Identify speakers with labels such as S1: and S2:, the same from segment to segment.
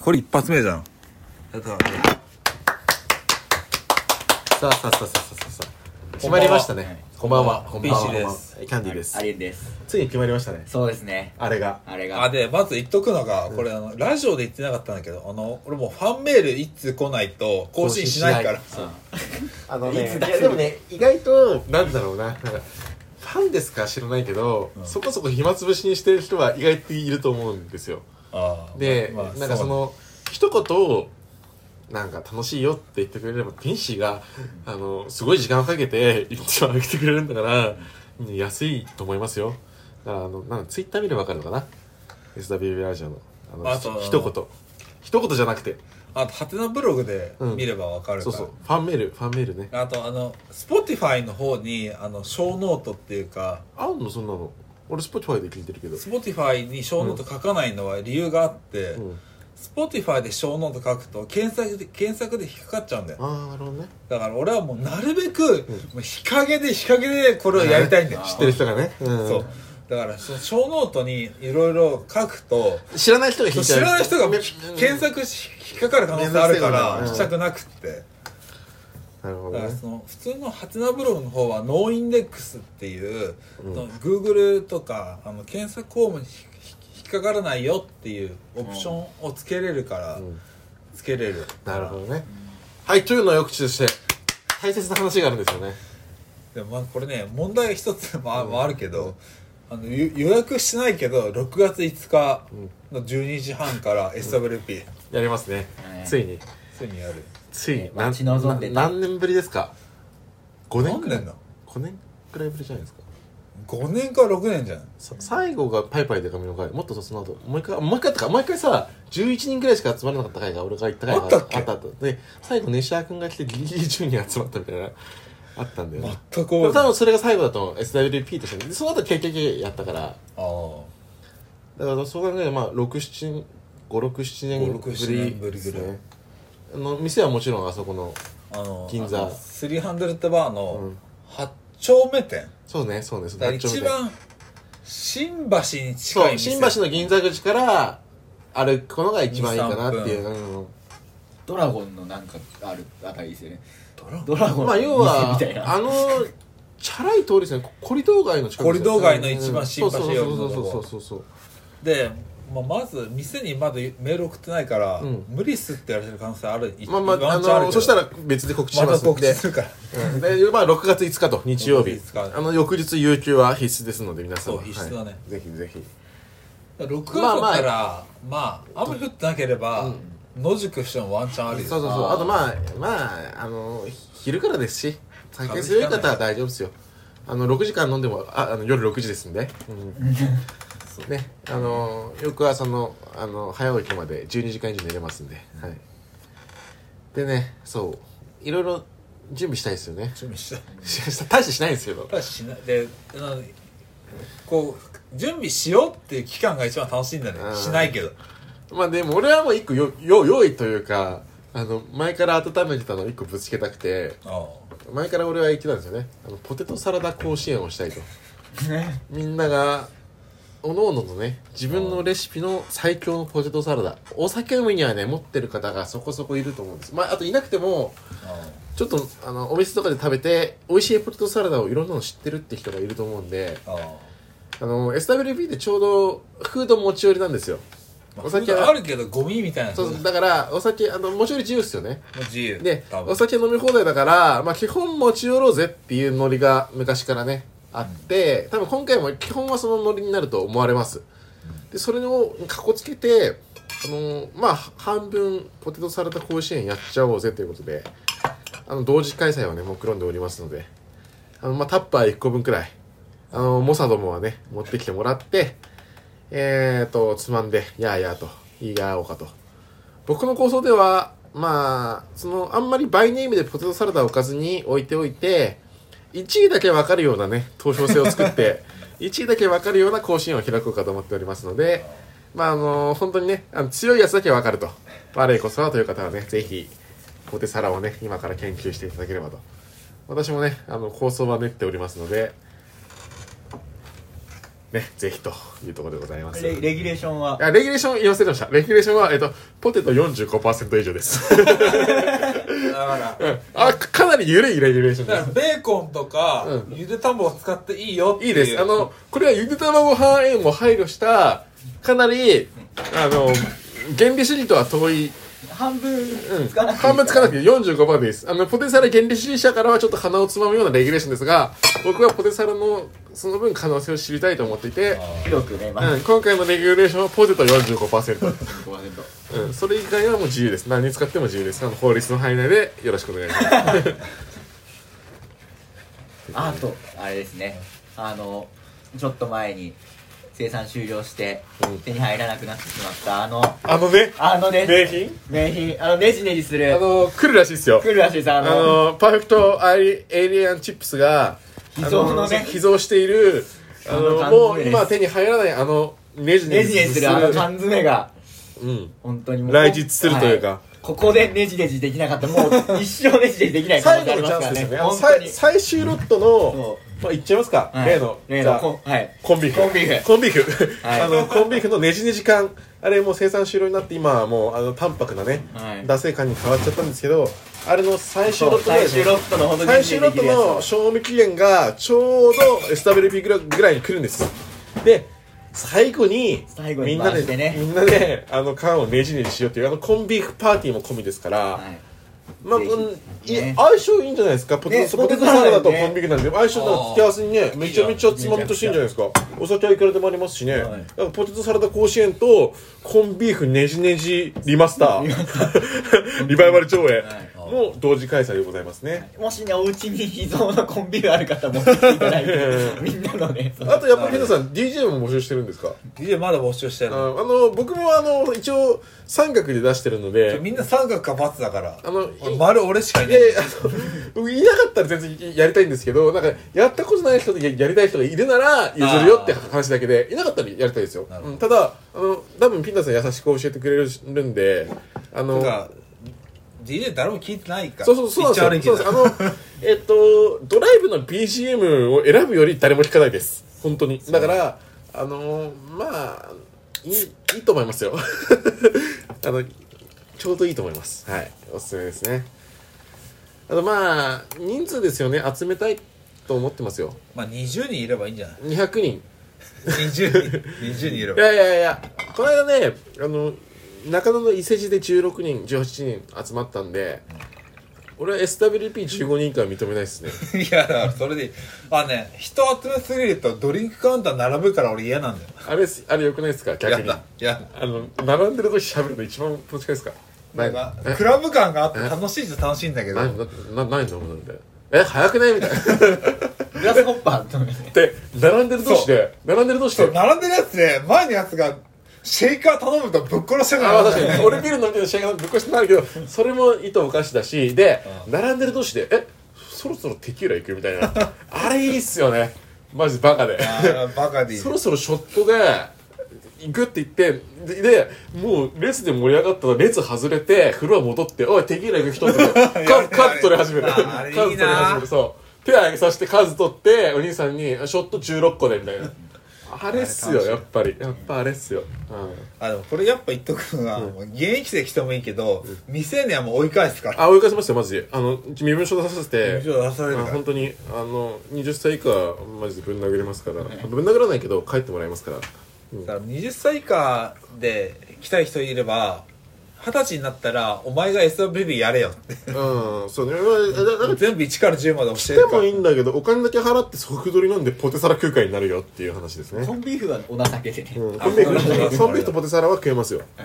S1: これ一発目じゃんやった
S2: さあさあさあさあさあさあ決まりました
S3: はい
S2: ねこんばんはこんばんは
S1: ビッシュです
S2: キャンディーです
S3: アリエルです
S2: ついに決まりましたね
S3: そうですね
S2: あれが
S3: あれ
S1: あ
S3: が
S1: でまず言っとくのがこれあのラジオで言ってなかったんだけどあの俺もうファンメール一通来ないと更新しないから
S3: そう
S2: あの
S3: い
S2: ね
S3: つ
S2: い
S3: 出せる
S2: やでもね意外となんだろうななんかファンですか知らないけど、そこそこ暇つぶしにしてる人は意外といると思うんですよ
S1: あー
S2: で、
S1: まあまあ
S2: なんかその一言をなんか楽しいよって言ってくれればピンシーがあのすごい時間をかけて一番上げてくれるんだから安いと思いますよだからあのなんかツイッター見ればわかるのかな SWB ラジオのあの
S1: あそう
S2: 一言一言じゃなくて
S1: あとハテナブログで見ればわかるから、
S2: そうそうファンメールファンメールね
S1: あとあの Spotify の方にあの小ノートっていうか
S2: あんのそんなの俺 Spotify で聞いてるけど
S1: Spotify に小ノート書かないのは理由があって、
S2: うん
S1: Spotify で小ノート書くと検索で検索で引っかかっちゃうんだよ
S2: ああなるほどね
S1: だから俺はもうなるべく、もう日陰で日陰でこれをやりたいんだよ
S3: あー
S2: 知ってる人がね、うん
S1: そうだからその小ノートにいろいろ書くと
S2: 知らない人が聞いちゃう
S1: 知らない人が
S2: め
S1: 検索し引っかかる可能性あるか
S2: う
S1: ら
S2: ん
S1: したくなくって
S2: なる
S1: だ
S2: ほど
S1: から
S2: ね
S1: その普通のハテナブログの方はノーインデックスっていう、その Google とかあの検索項目にひひ引っかからないよっていうオプションをつけれるから、
S2: ん
S1: つけれる
S2: なるほどね。はい、というのをよく口として、大切な話があるんですよね。
S1: でもまあこれね問題が一つもあ,、あるけどあのゆ予約してないけど6月5日の12時半から SWP
S2: やりますね
S3: はい。
S2: ついに。
S1: ついにやる
S2: ついに
S3: ね。待ち望んでた
S2: な何年ぶりですか ?5 年
S1: 何
S2: くらい
S1: 年だ
S2: ?5 年くらいぶりじゃないですか。
S1: 5年か6年じゃん
S2: さ最後がパイパイで髪の会。もっとその後、もう一回、もう一回とか、もう一回さ、11人くらいしか集まらなかった会が俺が行った会が
S1: あったっけ
S2: あったあったで、最後、西田君が来てギリギリ10人集まったみたいな、あったんだよね。
S1: 全く
S2: でも
S1: 覚えて
S2: 多
S1: ない
S2: 分それが最後だと思う。SWP としてね。で、その後 KKK やったから。
S1: ああ
S2: だからそう考えるとまあ67 567年ぶ
S1: 5 6
S2: り
S1: 年ぶりぐらい
S2: ですねあの店はもちろんあそこの
S1: あの
S2: 銀座
S1: あの300バーの
S2: ん
S1: 8丁目店、
S2: そうねそうねそう
S1: だから
S2: 八丁目
S1: 一
S2: 店
S1: 番新橋に近
S2: そ
S1: いう店
S2: 新橋の銀座口から歩くのが一番いいかなっていう、うん
S3: ドラゴンのなんかあるあたりですよね
S1: ドラ
S3: ドラゴン
S2: まあ
S3: の店
S2: 要は
S3: みたいな
S2: あのチャラい通りですねココリドー街の近くですよ
S1: コリドー街の一番新橋
S2: そう
S1: よりの
S2: そうそう
S1: と
S2: そ
S1: こ
S2: うそうそう
S1: で、まあ、まず店にまだメール送ってないから、
S2: ん
S1: 無理っすって言われてる可能性ある
S2: まあまああ
S1: ワンチャンるけ
S2: の
S1: ど
S2: そしたら別で告知し
S1: ま
S2: ま
S1: た
S2: すん
S1: 告
S2: で
S1: 知するから
S2: うんでまあ6月5日と日曜日
S1: 6月5日
S2: あの翌日有給は必須ですので皆さん
S1: そう必須だね
S2: はいぜひぜひ
S1: 6月だったらまあ雨降ってなければ野宿してもワンチャンあるよ
S2: そうそうそう
S3: あ
S2: あ
S3: ー
S2: とまあまああのひ昼からですし酒強い方は大丈夫ですよあの6時間飲んでもああの夜6時ですんで、うん、ねあの翌朝のあの早起きまで12時間以上寝れますんで、はい、でねそういろいろ準備したいですよね
S1: 準備した
S2: 大してしないんですけど
S1: ただしないであのこう準備しようっていう期間が一番楽しいんだね
S2: うん
S1: しないけど
S2: まあでも俺はもう一個よよ用意というかあの前から温めてたのを一個ぶつけたくて
S1: あ
S2: 前から俺は言ってたんですよねあのポテトサラダ甲子園をしたいとみんながおのおののね自分のレシピの最強のポテトサラダお酒飲みにはね持ってる方がそこそこいると思うんですまああといなくても
S1: あ
S2: ちょっとあのお店とかで食べて美味しいポテトサラダをいろんなの知ってるって人がいると思うんで
S1: ああ
S2: あの SWB ってちょうどフード持ち寄りなんですよ
S1: まあ
S2: お
S1: そういう
S2: 酒
S1: のあ
S2: は
S1: るけどゴミみたいな
S2: そ
S1: の
S2: う
S1: も
S2: そうだからお酒あの持ち寄り自由っすよね
S1: う自由
S2: で
S1: 多分
S2: お酒飲み放題だから、まあ、基本持ち寄ろうぜっていうノリが昔からねあって、多分今回も基本はそのノリになると思われますでそれをかこつけてあのまあ半分ポテトサラダ甲子園やっちゃおうぜということであの同時開催はね目論んでおりますのであの、まあ、タッパー1個分くらいあのモサどもはね持ってきてもらってえーとつまんでやーやーといいやーおうかと僕の構想ではまあそのあんまりバイネームでポテトサラダを置かずに置いておいて1位だけ分かるようなね投票制を作って1位だけ分かるような甲子園を開こうかと思っておりますのでまああの本当にねあの強いやつだけ分かると悪いこそはという方はねぜひポテサラをね今から研究していただければと私もねあの構想は練っておりますのでね、ぜひというところでございます。
S3: レレギュレーションは
S2: あレギュレーション言わせてました。レギュレーションは、えっと、ポテト45%以上 です。
S1: だからだ
S2: あ、かかなり緩いレギュレーション
S1: か
S2: で
S1: ら
S2: す。
S1: ベーコンとか、
S2: う
S1: ゆで卵を使っていいよっていう
S2: いいです。あの、これはゆで卵半円も配慮した、かなり、あの、原理主義とは遠い、
S3: 半
S2: うん
S3: 分つかなくていい
S2: 半分つかなくて45%です。あの、ポテサラ原理主義者からはちょっと鼻をつまむようなレギュレーションですが、僕はポテサラのその分可能性を知りたいと思っていて、
S3: 広くねまあ
S2: うん、今回のレギュレーションはポテト45%。
S3: 5%
S2: うん、それ以外はもう自由です何に使っても自由ですあの法律の範囲内でよろしくお願いします
S3: あとあれですねあのちょっと前に生産終了して
S2: うん
S3: 手に入らなくなってしまったあの
S2: あのね
S3: あのね
S2: 名品
S3: 名品あのネジネジす
S2: あ
S3: る
S2: の来るらしいですよ
S3: 来るらしいさ
S2: あ
S3: あの
S2: のパーフェクトアイエイリアンチップスが
S3: 秘蔵のね
S2: あそう秘蔵しているあ
S3: あの
S2: の
S3: 缶
S2: もう
S3: 詰です
S2: 今は手に入らないあのネジ
S3: ネジネジするあの缶詰が
S2: うん
S3: 本当にもう
S2: 来日するというか、
S3: はここでネジネジできなかったらもう一生ネジネジできない可能
S2: 最後
S3: 性あり
S2: のチ
S3: ます
S2: ャ
S3: か
S2: ンス
S3: ら
S2: ですよ
S3: ね
S2: ねあの
S3: 本当
S2: 最
S3: に
S2: 最終ロットの
S3: そ
S2: まあいっちゃいますか、
S3: はい
S2: 例の
S3: 例
S2: じゃ
S3: の
S2: あ
S3: こんはい
S2: コンビーフ。
S3: コンビーフ
S2: コンビーフ。
S3: はい
S2: あの、コンビーフのねじねじ缶。あれもう生産終了になって、今はもう、あの、淡白なね、
S3: はい
S2: 惰性缶に変わっちゃったんですけど、あれの最終ロット
S3: 最終ロットのほど
S2: 最終ロットの賞味期限がちょうど SWP ぐらいぐらいに来るんです。で、最後に、
S3: 最後
S2: み
S3: に
S2: んな
S3: 回
S2: で
S3: して、ね
S2: みんなで、 あの、缶をねじねじしようっていう、あの、コンビーフパーティーも込みですから、
S3: はい
S2: まあ、
S3: ぜひ
S2: うんい
S3: ね
S2: 相性いいんじゃないですかポテ
S3: ね
S2: ト、ポテトサラダと
S3: ポテトサラダね
S2: コンビニなんで相性と付き合わせにねめちゃめちゃつまみとしていいんじゃないですかお酒はいくらでもありますしね、
S3: はい
S2: なんかポテトサラダ甲子園とコンビーフねじねじリマスター リバイバル上映の同時開催でございますね、
S3: もしねお家に秘蔵のコンビーフある方も持ってきていただ いてみんなのねその
S2: あとやっぱりヒデさん DJ も募集してるんですか
S1: DJ まだ募集してる
S2: あのあの僕もあの一応三角で出してるので
S1: みんな三角か×だから
S2: あの
S1: 俺丸俺しかい
S2: い
S1: ない
S2: やいや、あの僕いなかったら全然やりたいんですけど、なんか、やったことない人でややりたい人がいるなら譲るよって話だけで、いなかったらやりたいですよ
S1: なる。ほど
S2: うんただ、あの、多分ピンタさん優しく教えてくれるんで、あ
S1: な
S2: の
S1: ん、か DJ 誰も聞いてないから
S2: そうそうそうなんですよ。
S1: ピッチャー
S2: そうなんですあの、えっと、ドライブの BGM を選ぶより誰も聞かないです。本当に。だから、あの、まあ、いい、いいと思いますよ。 あの、ちょうどいいと思います。はい。おすすめですね。あと、まあ、人数ですよね。集めたいと思ってますよ。
S1: まあ20人いればいいんじゃない
S2: 200人。
S1: 20人20人いれ
S2: い
S1: ば
S2: やいやいや、この間ね、あの、中野の伊勢路で16人、18人集まったんで、俺は SWP15 人以下は認めないですね。
S1: いやだからそれでいいあね人集めすぎるとドリンクカウンター並ぶから俺嫌なんだよ
S2: あれす、あれ良くないですか逆
S1: や
S2: に。
S1: だ
S2: あ
S1: やだ
S2: の、並んでる時喋るの一番難しいですかな
S1: ないん
S2: の
S1: かクラブ感があって楽しいじゃ楽しいんだけど
S2: ないのな、ないのなんで。え、早くないみたい な。
S3: グラスホッパーとね
S2: で、並んでる同士で、並んでる同士
S1: そう
S2: で。あ
S1: 並んでるやつで前のやつがシェイカー頼むとぶっ殺して
S2: あ、
S1: から
S2: 確かに。俺ビール飲みの試合がぶっ越しになるけど、それもいとおかしだし、で、並んでる同士で、え、そろそろテキーラ行くみたいな。あれいいっすよね。マジバカで。
S1: あーバカでいい
S2: そろそろショットで行くって言ってででもう列で盛り上がったら列外れてフロア戻って「おいテキーラ行く人」って カ
S1: や
S2: カット取り始める
S1: あ
S2: カ
S1: ーあれ
S2: ッ
S1: いい
S2: ト
S1: な
S2: 取り始めるそう手上げさせて数取ってお兄さんに「ショット16個で」みたいなあれっす
S1: あれ
S2: よ
S1: 楽しい
S2: やっぱりやっぱあれっすよ、うん、
S1: あでもこれやっぱ言っとくのが、もう現役生来てもいいけど、未成年はもう追い返すから
S2: あ追い返しましたよマジであの身分証出させて
S1: 身分証出されるから
S2: あ本当にあの20歳以下マジでぶん殴りますからぶん殴らないけど帰ってもらいますから
S1: だから20歳以下で来たい人いれば二十歳になったらお前が SWB やれよって
S2: うんそうねまあだだから
S1: 全部1から10まで教え
S2: で
S1: るか
S2: も
S1: ら
S2: いいんだけどお金だけ払って即取りなんでポテサラ空海になるよっていう話ですね
S3: コンビーフはお情けでね、
S2: うん
S1: あ
S2: コンビー
S1: そうなんだ
S2: フコンビーフとポテサラは食えますよ
S3: う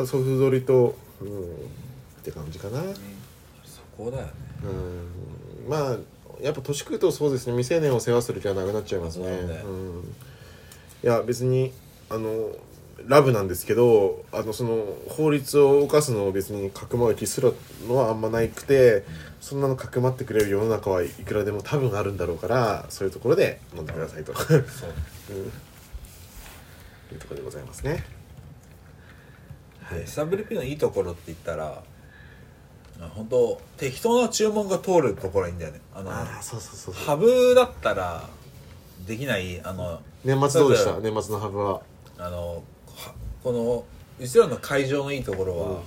S2: あと即取りとうんって感じかなうん
S1: そこだよね
S2: まあやっぱ年食うとそうですね未成年を世話する気はなくなっちゃいますね
S1: そうだね
S2: うんいや別にあのラブなんですけどあのその法律を犯すのを別にかくまう気するのはあんまないくてそんなのかくまってくれる世の中はいくらでも多分あるんだろうからそういうところで飲んでくださ いという
S1: そう
S2: ところでございますね。はい、
S1: SWP のいいところって言ったら本当適当な注文が通るところがいいんだよねあの
S2: ああそうそうそうそう
S1: ハブだったらできないあの
S2: 年末どうでし
S1: そ
S2: た
S1: う
S2: 年末のハブは
S1: あのはこのうちらの会場のいいところは、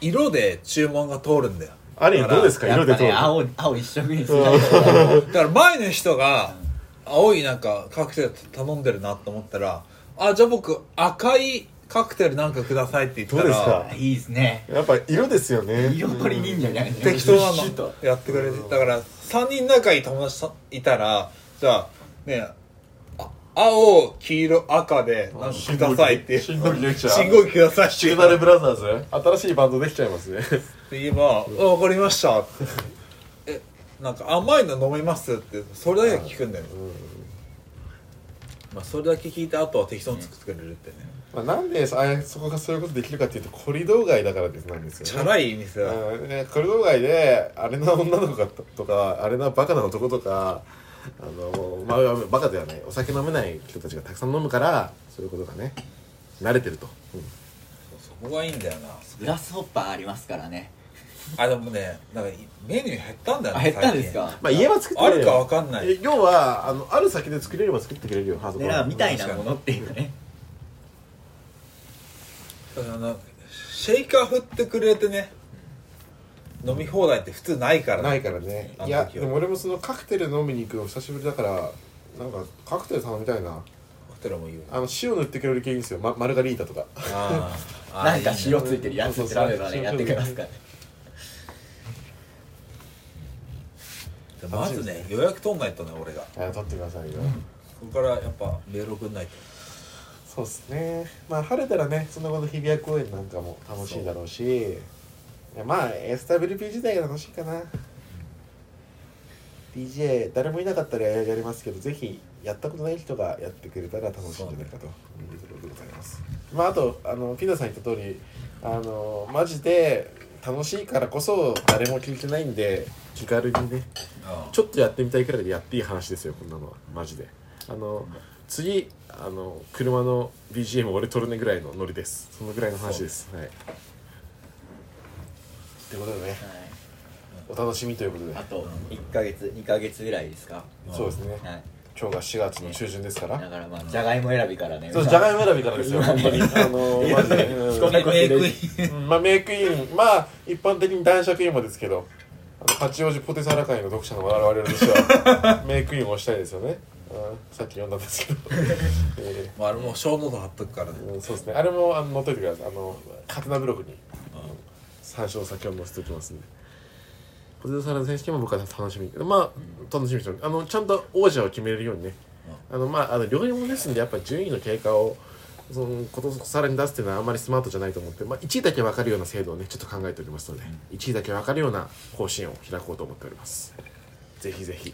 S1: 色で注文が通るんだよ
S2: あれ
S1: だら
S2: どうですか
S3: や
S2: 色
S3: っ
S2: で
S3: ぱ
S2: 通る
S3: ね青青一色にするために
S1: だから前の人が青いなんかカクテル頼んでるなと思ったらあじゃあ僕赤いカクテルなんかくださいって言ったら
S2: どうですか
S3: いいですね
S2: やっぱ色ですよね
S3: 色とり忍者みたいな
S1: 適当な
S3: シュッと
S1: のやってくれてだから3人仲いい友達さいたらじゃあねあ青黄色赤でなんかくださいって
S2: 信号機できちゃう
S1: 信号機くださいって
S2: シグナルブラザーズ新しいバンドできちゃいますね
S1: 言えば「分かりました」って「えなんか甘いの飲めます?」ってそれだけ聞くんだよね、まあ、それだけ聞いてあとは適当に作ってくれるってね
S2: まあなんであそこがそういうことできるかっていうとコリドー街だからですなんですよね
S1: チャラい店だ、
S2: うんね、コリドー街であれな女の子がとかあれなバカな男とかあのまあバカではないお酒飲めない人たちがたくさん飲むからそういうことがね慣れてると、うん
S1: そこがいいんだよな
S3: グラスホッパーありますからね
S1: あでもねなんかメニュー減ったんだよ
S3: あ
S1: ね
S3: 減ったんですか
S2: まあ家は作ってくれ
S1: あるかわかんない
S2: え要はあのある先で作れれば作ってくれるよハード
S3: でなんかみたいなものっていうかね
S1: 最近あのシェイカー振ってくれてね飲み放題って普通ないから
S2: ないからね
S1: あの
S2: い
S1: 時は
S2: やでも俺もそのカクテル飲みに行くの久しぶりだからなんかカクテル頼みたいな
S1: ホテルも言う
S2: あの塩塗ってくれる系いいんですよ、ま、マルガリータとか
S1: あー あー
S3: なんか
S1: いいね
S3: 塩ついてるやつってラーメンはねやってくれますからね
S1: まずね予約取んないとね俺がこ
S2: あ取ってくださいよ、
S1: こからやっぱメール送んないと
S2: そうっすねまあ晴れたらねその後の日比谷公園なんかも楽しいだろうしいやまあ SWP 自体が楽しいかな DJ 誰もいなかったらやりますけどぜひやったことない人がやってくれたら楽しいんじゃないかというところでございますまああとあのピナさん言った通りあのマジで楽しいからこそ誰も聞いてないんで気軽にね
S1: あー
S2: ちょっとやってみたいくらいでやっていい話ですよこんなのはマジであの次あの車の BGM 俺撮るねぐらいのノリですそのぐらいの話ですはいってことでねお楽しみということで
S3: はいあと1ヶ月2ヶ月ぐらいですか
S2: そうですね
S3: はい
S2: 今日が4月の中旬ですから
S3: だからまあじゃがいも選びからね
S2: そうじゃがいも選びからですよ本当にあのマジで
S3: こんなこと
S1: メイ
S3: 言
S1: クイン
S3: う
S2: うんまあメイクインまあ一般的に男爵インもですけどあの八王子ポテサラ会の読者の我々としてはメイクインをしたいですよね、うんさっき読んだんです けど、えー
S1: まああれも小ノート貼っとくからね
S2: うんそうですねあれもあの載っといてくださいあのカテナブログに参照先を載せておきますんでポテトサラダ選手権も僕は楽しみまあ楽しみにしてるあのちゃんと王者を決めれるようにねあのまああの料理もですんでやっぱ順位の経過をそのことさらに出すっていうのはあんまりスマートじゃないと思って、まあ、1位だけ分かるような制度をねちょっと考えておりますので、1位だけ分かるような方針を開こうと思っておりますぜひぜひ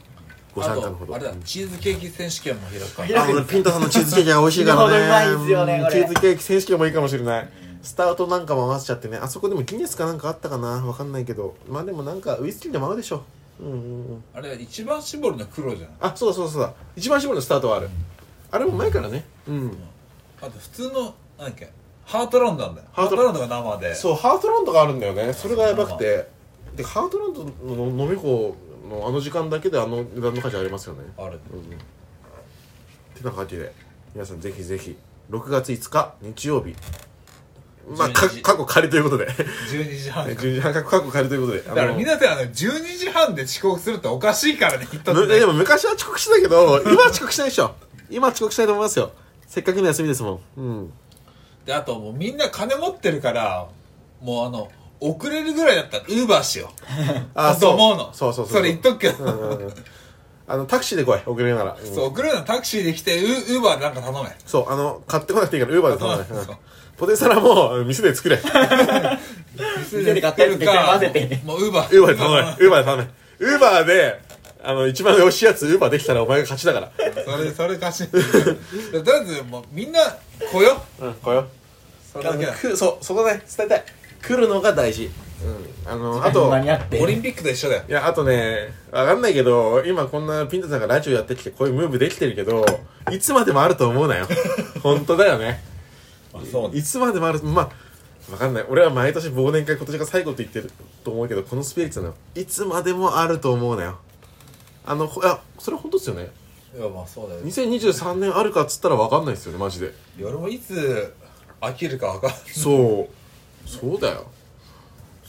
S2: ご参加のほど
S1: あとあれだチーズケーキ選手権も開くから
S3: 開
S2: あのピンタさんのチーズケーキが美味しいからね
S3: 死ぬほどうまいんですよねこれ
S2: チーズケーキ選手権もいいかもしれないスタートなんかも合わせちゃってねあそこでもギネスかなんかあったかなわかんないけどまあでもなんかウイスキーでも合うでしょうんうんうん
S1: あれ一番絞るの黒じゃん
S2: あそうだそうだそうだ一番絞りのスタートはあるあれも前からねうん
S1: あと普通のなんだっけハートランドなんだよ
S2: ハ
S1: ハ
S2: ー
S1: ー
S2: ト
S1: トランドが生で
S2: そうハートランドがあるんだよねそれがやばくてでハートランドの飲み子のあの時間だけであの値段の価値ありますよね
S1: ある
S2: てな感じで皆さんぜひぜひ6月5日日曜日まあ
S1: 12
S2: か
S1: 時
S2: 過去仮ということで
S1: 12時半
S2: 10時半過去過去仮ということで
S1: だ
S2: だ
S1: からみんなであの12時半で遅刻するっておかしいからね言ったって
S2: でも昔は遅刻してたけど今は遅刻しないでしょ今は遅刻したいと思いますよせっかくの休みですもんうん
S1: であともうみんな金持ってるからもうあの遅れるぐらいだったらウーバーしよ
S2: あ
S1: うと思うの
S2: そうそうそう
S1: それ言っとくけど、
S2: うんうんうんあのタクシーで来い遅れるなら、うん
S1: そう遅れるのタクシーで来てウウーバーでなんか頼め
S2: そうあの買ってこなくていいからウーバーで頼む
S1: そうそ
S2: ね
S1: う
S2: う
S1: そうん
S2: ポテサラも店で作れウー
S3: 店で買ったやつ別に混ぜて
S1: もうウーバー
S2: バーで頼めウーバーで頼めウーバーであの一番美味しいやつウーバーできたらお前が勝ちだから
S1: それそれかしいでとりあえずもうみんな来よ
S2: うん来よ
S1: それだけだ
S2: くそうそこね伝えたい来るのが大事うんあのあと
S3: 間に合って
S1: オリンピックと一緒だよ
S2: いやあとねわかんないけど今こんなピンタさんがラジオやってきてこういうムーブできてるけどいつまでもあると思うな よ本当だよね
S1: あそう
S2: いつまでもあるまあわかんない俺は毎年忘年会今年が最後って言ってると思うけどこのスピリッツなのいつまでもあると思うなよあのこいやそれ本当ですよね
S1: いやまあそうだよ
S2: 2023年あるかっつったら分かんないですよねマジで
S1: 俺もいつ飽きるか分かんない
S2: そうそうだよ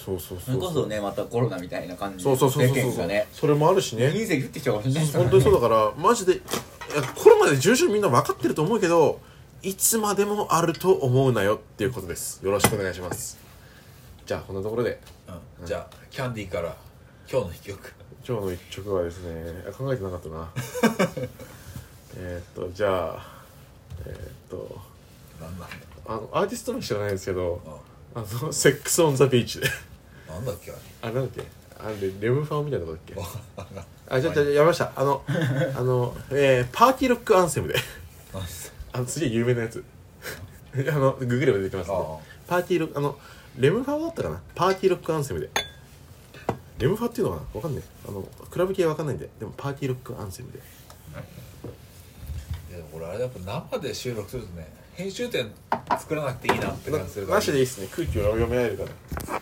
S2: そうそう
S3: そ
S2: そ
S3: れ
S2: う
S3: こそねまたコロナみたいな感じ
S2: そうそうそうそう
S3: 世間
S2: そ
S3: が
S2: う、
S3: ね
S2: それもあるしね
S3: 隕石降ってきちゃうかもしれないですから
S2: 本
S3: ね
S2: 当にそうだからマジでいやコロナで重症みんな分かってると思うけどいつまでもあると思うなよっていうことですよろしくお願いしますじゃあこんなところで
S1: うんじゃあキャンディーから今日の一曲
S2: 今日の一曲はですねあ考えてなかったな えーっとじゃあえーっと
S1: なんだ
S2: あのアーティストも知らないですけど
S1: ろ
S2: あのセックス・オン・ザ・ビーチで
S1: うなんだっけあれ
S2: あなんだっけあれレムファンみたいなとこだっ
S1: わかんない
S2: けあじゃあじゃあじゃあやめましたあのあの、えーパーティーロックアンセムで
S1: 何です
S2: あのすげえ有名なやつ あのググれば出てきますんで
S1: ああ
S2: パーティーロックあのレムファーだったかなパーティーロックアンセムでレムファっていうのかなわかんないあのクラブ系わかんないんででもパーティーロックアンセムで
S1: いやでも俺あれやっぱ生で収録するとね編集点作らなくていいなって感じするから
S2: なしでいいっすね空気を読められるから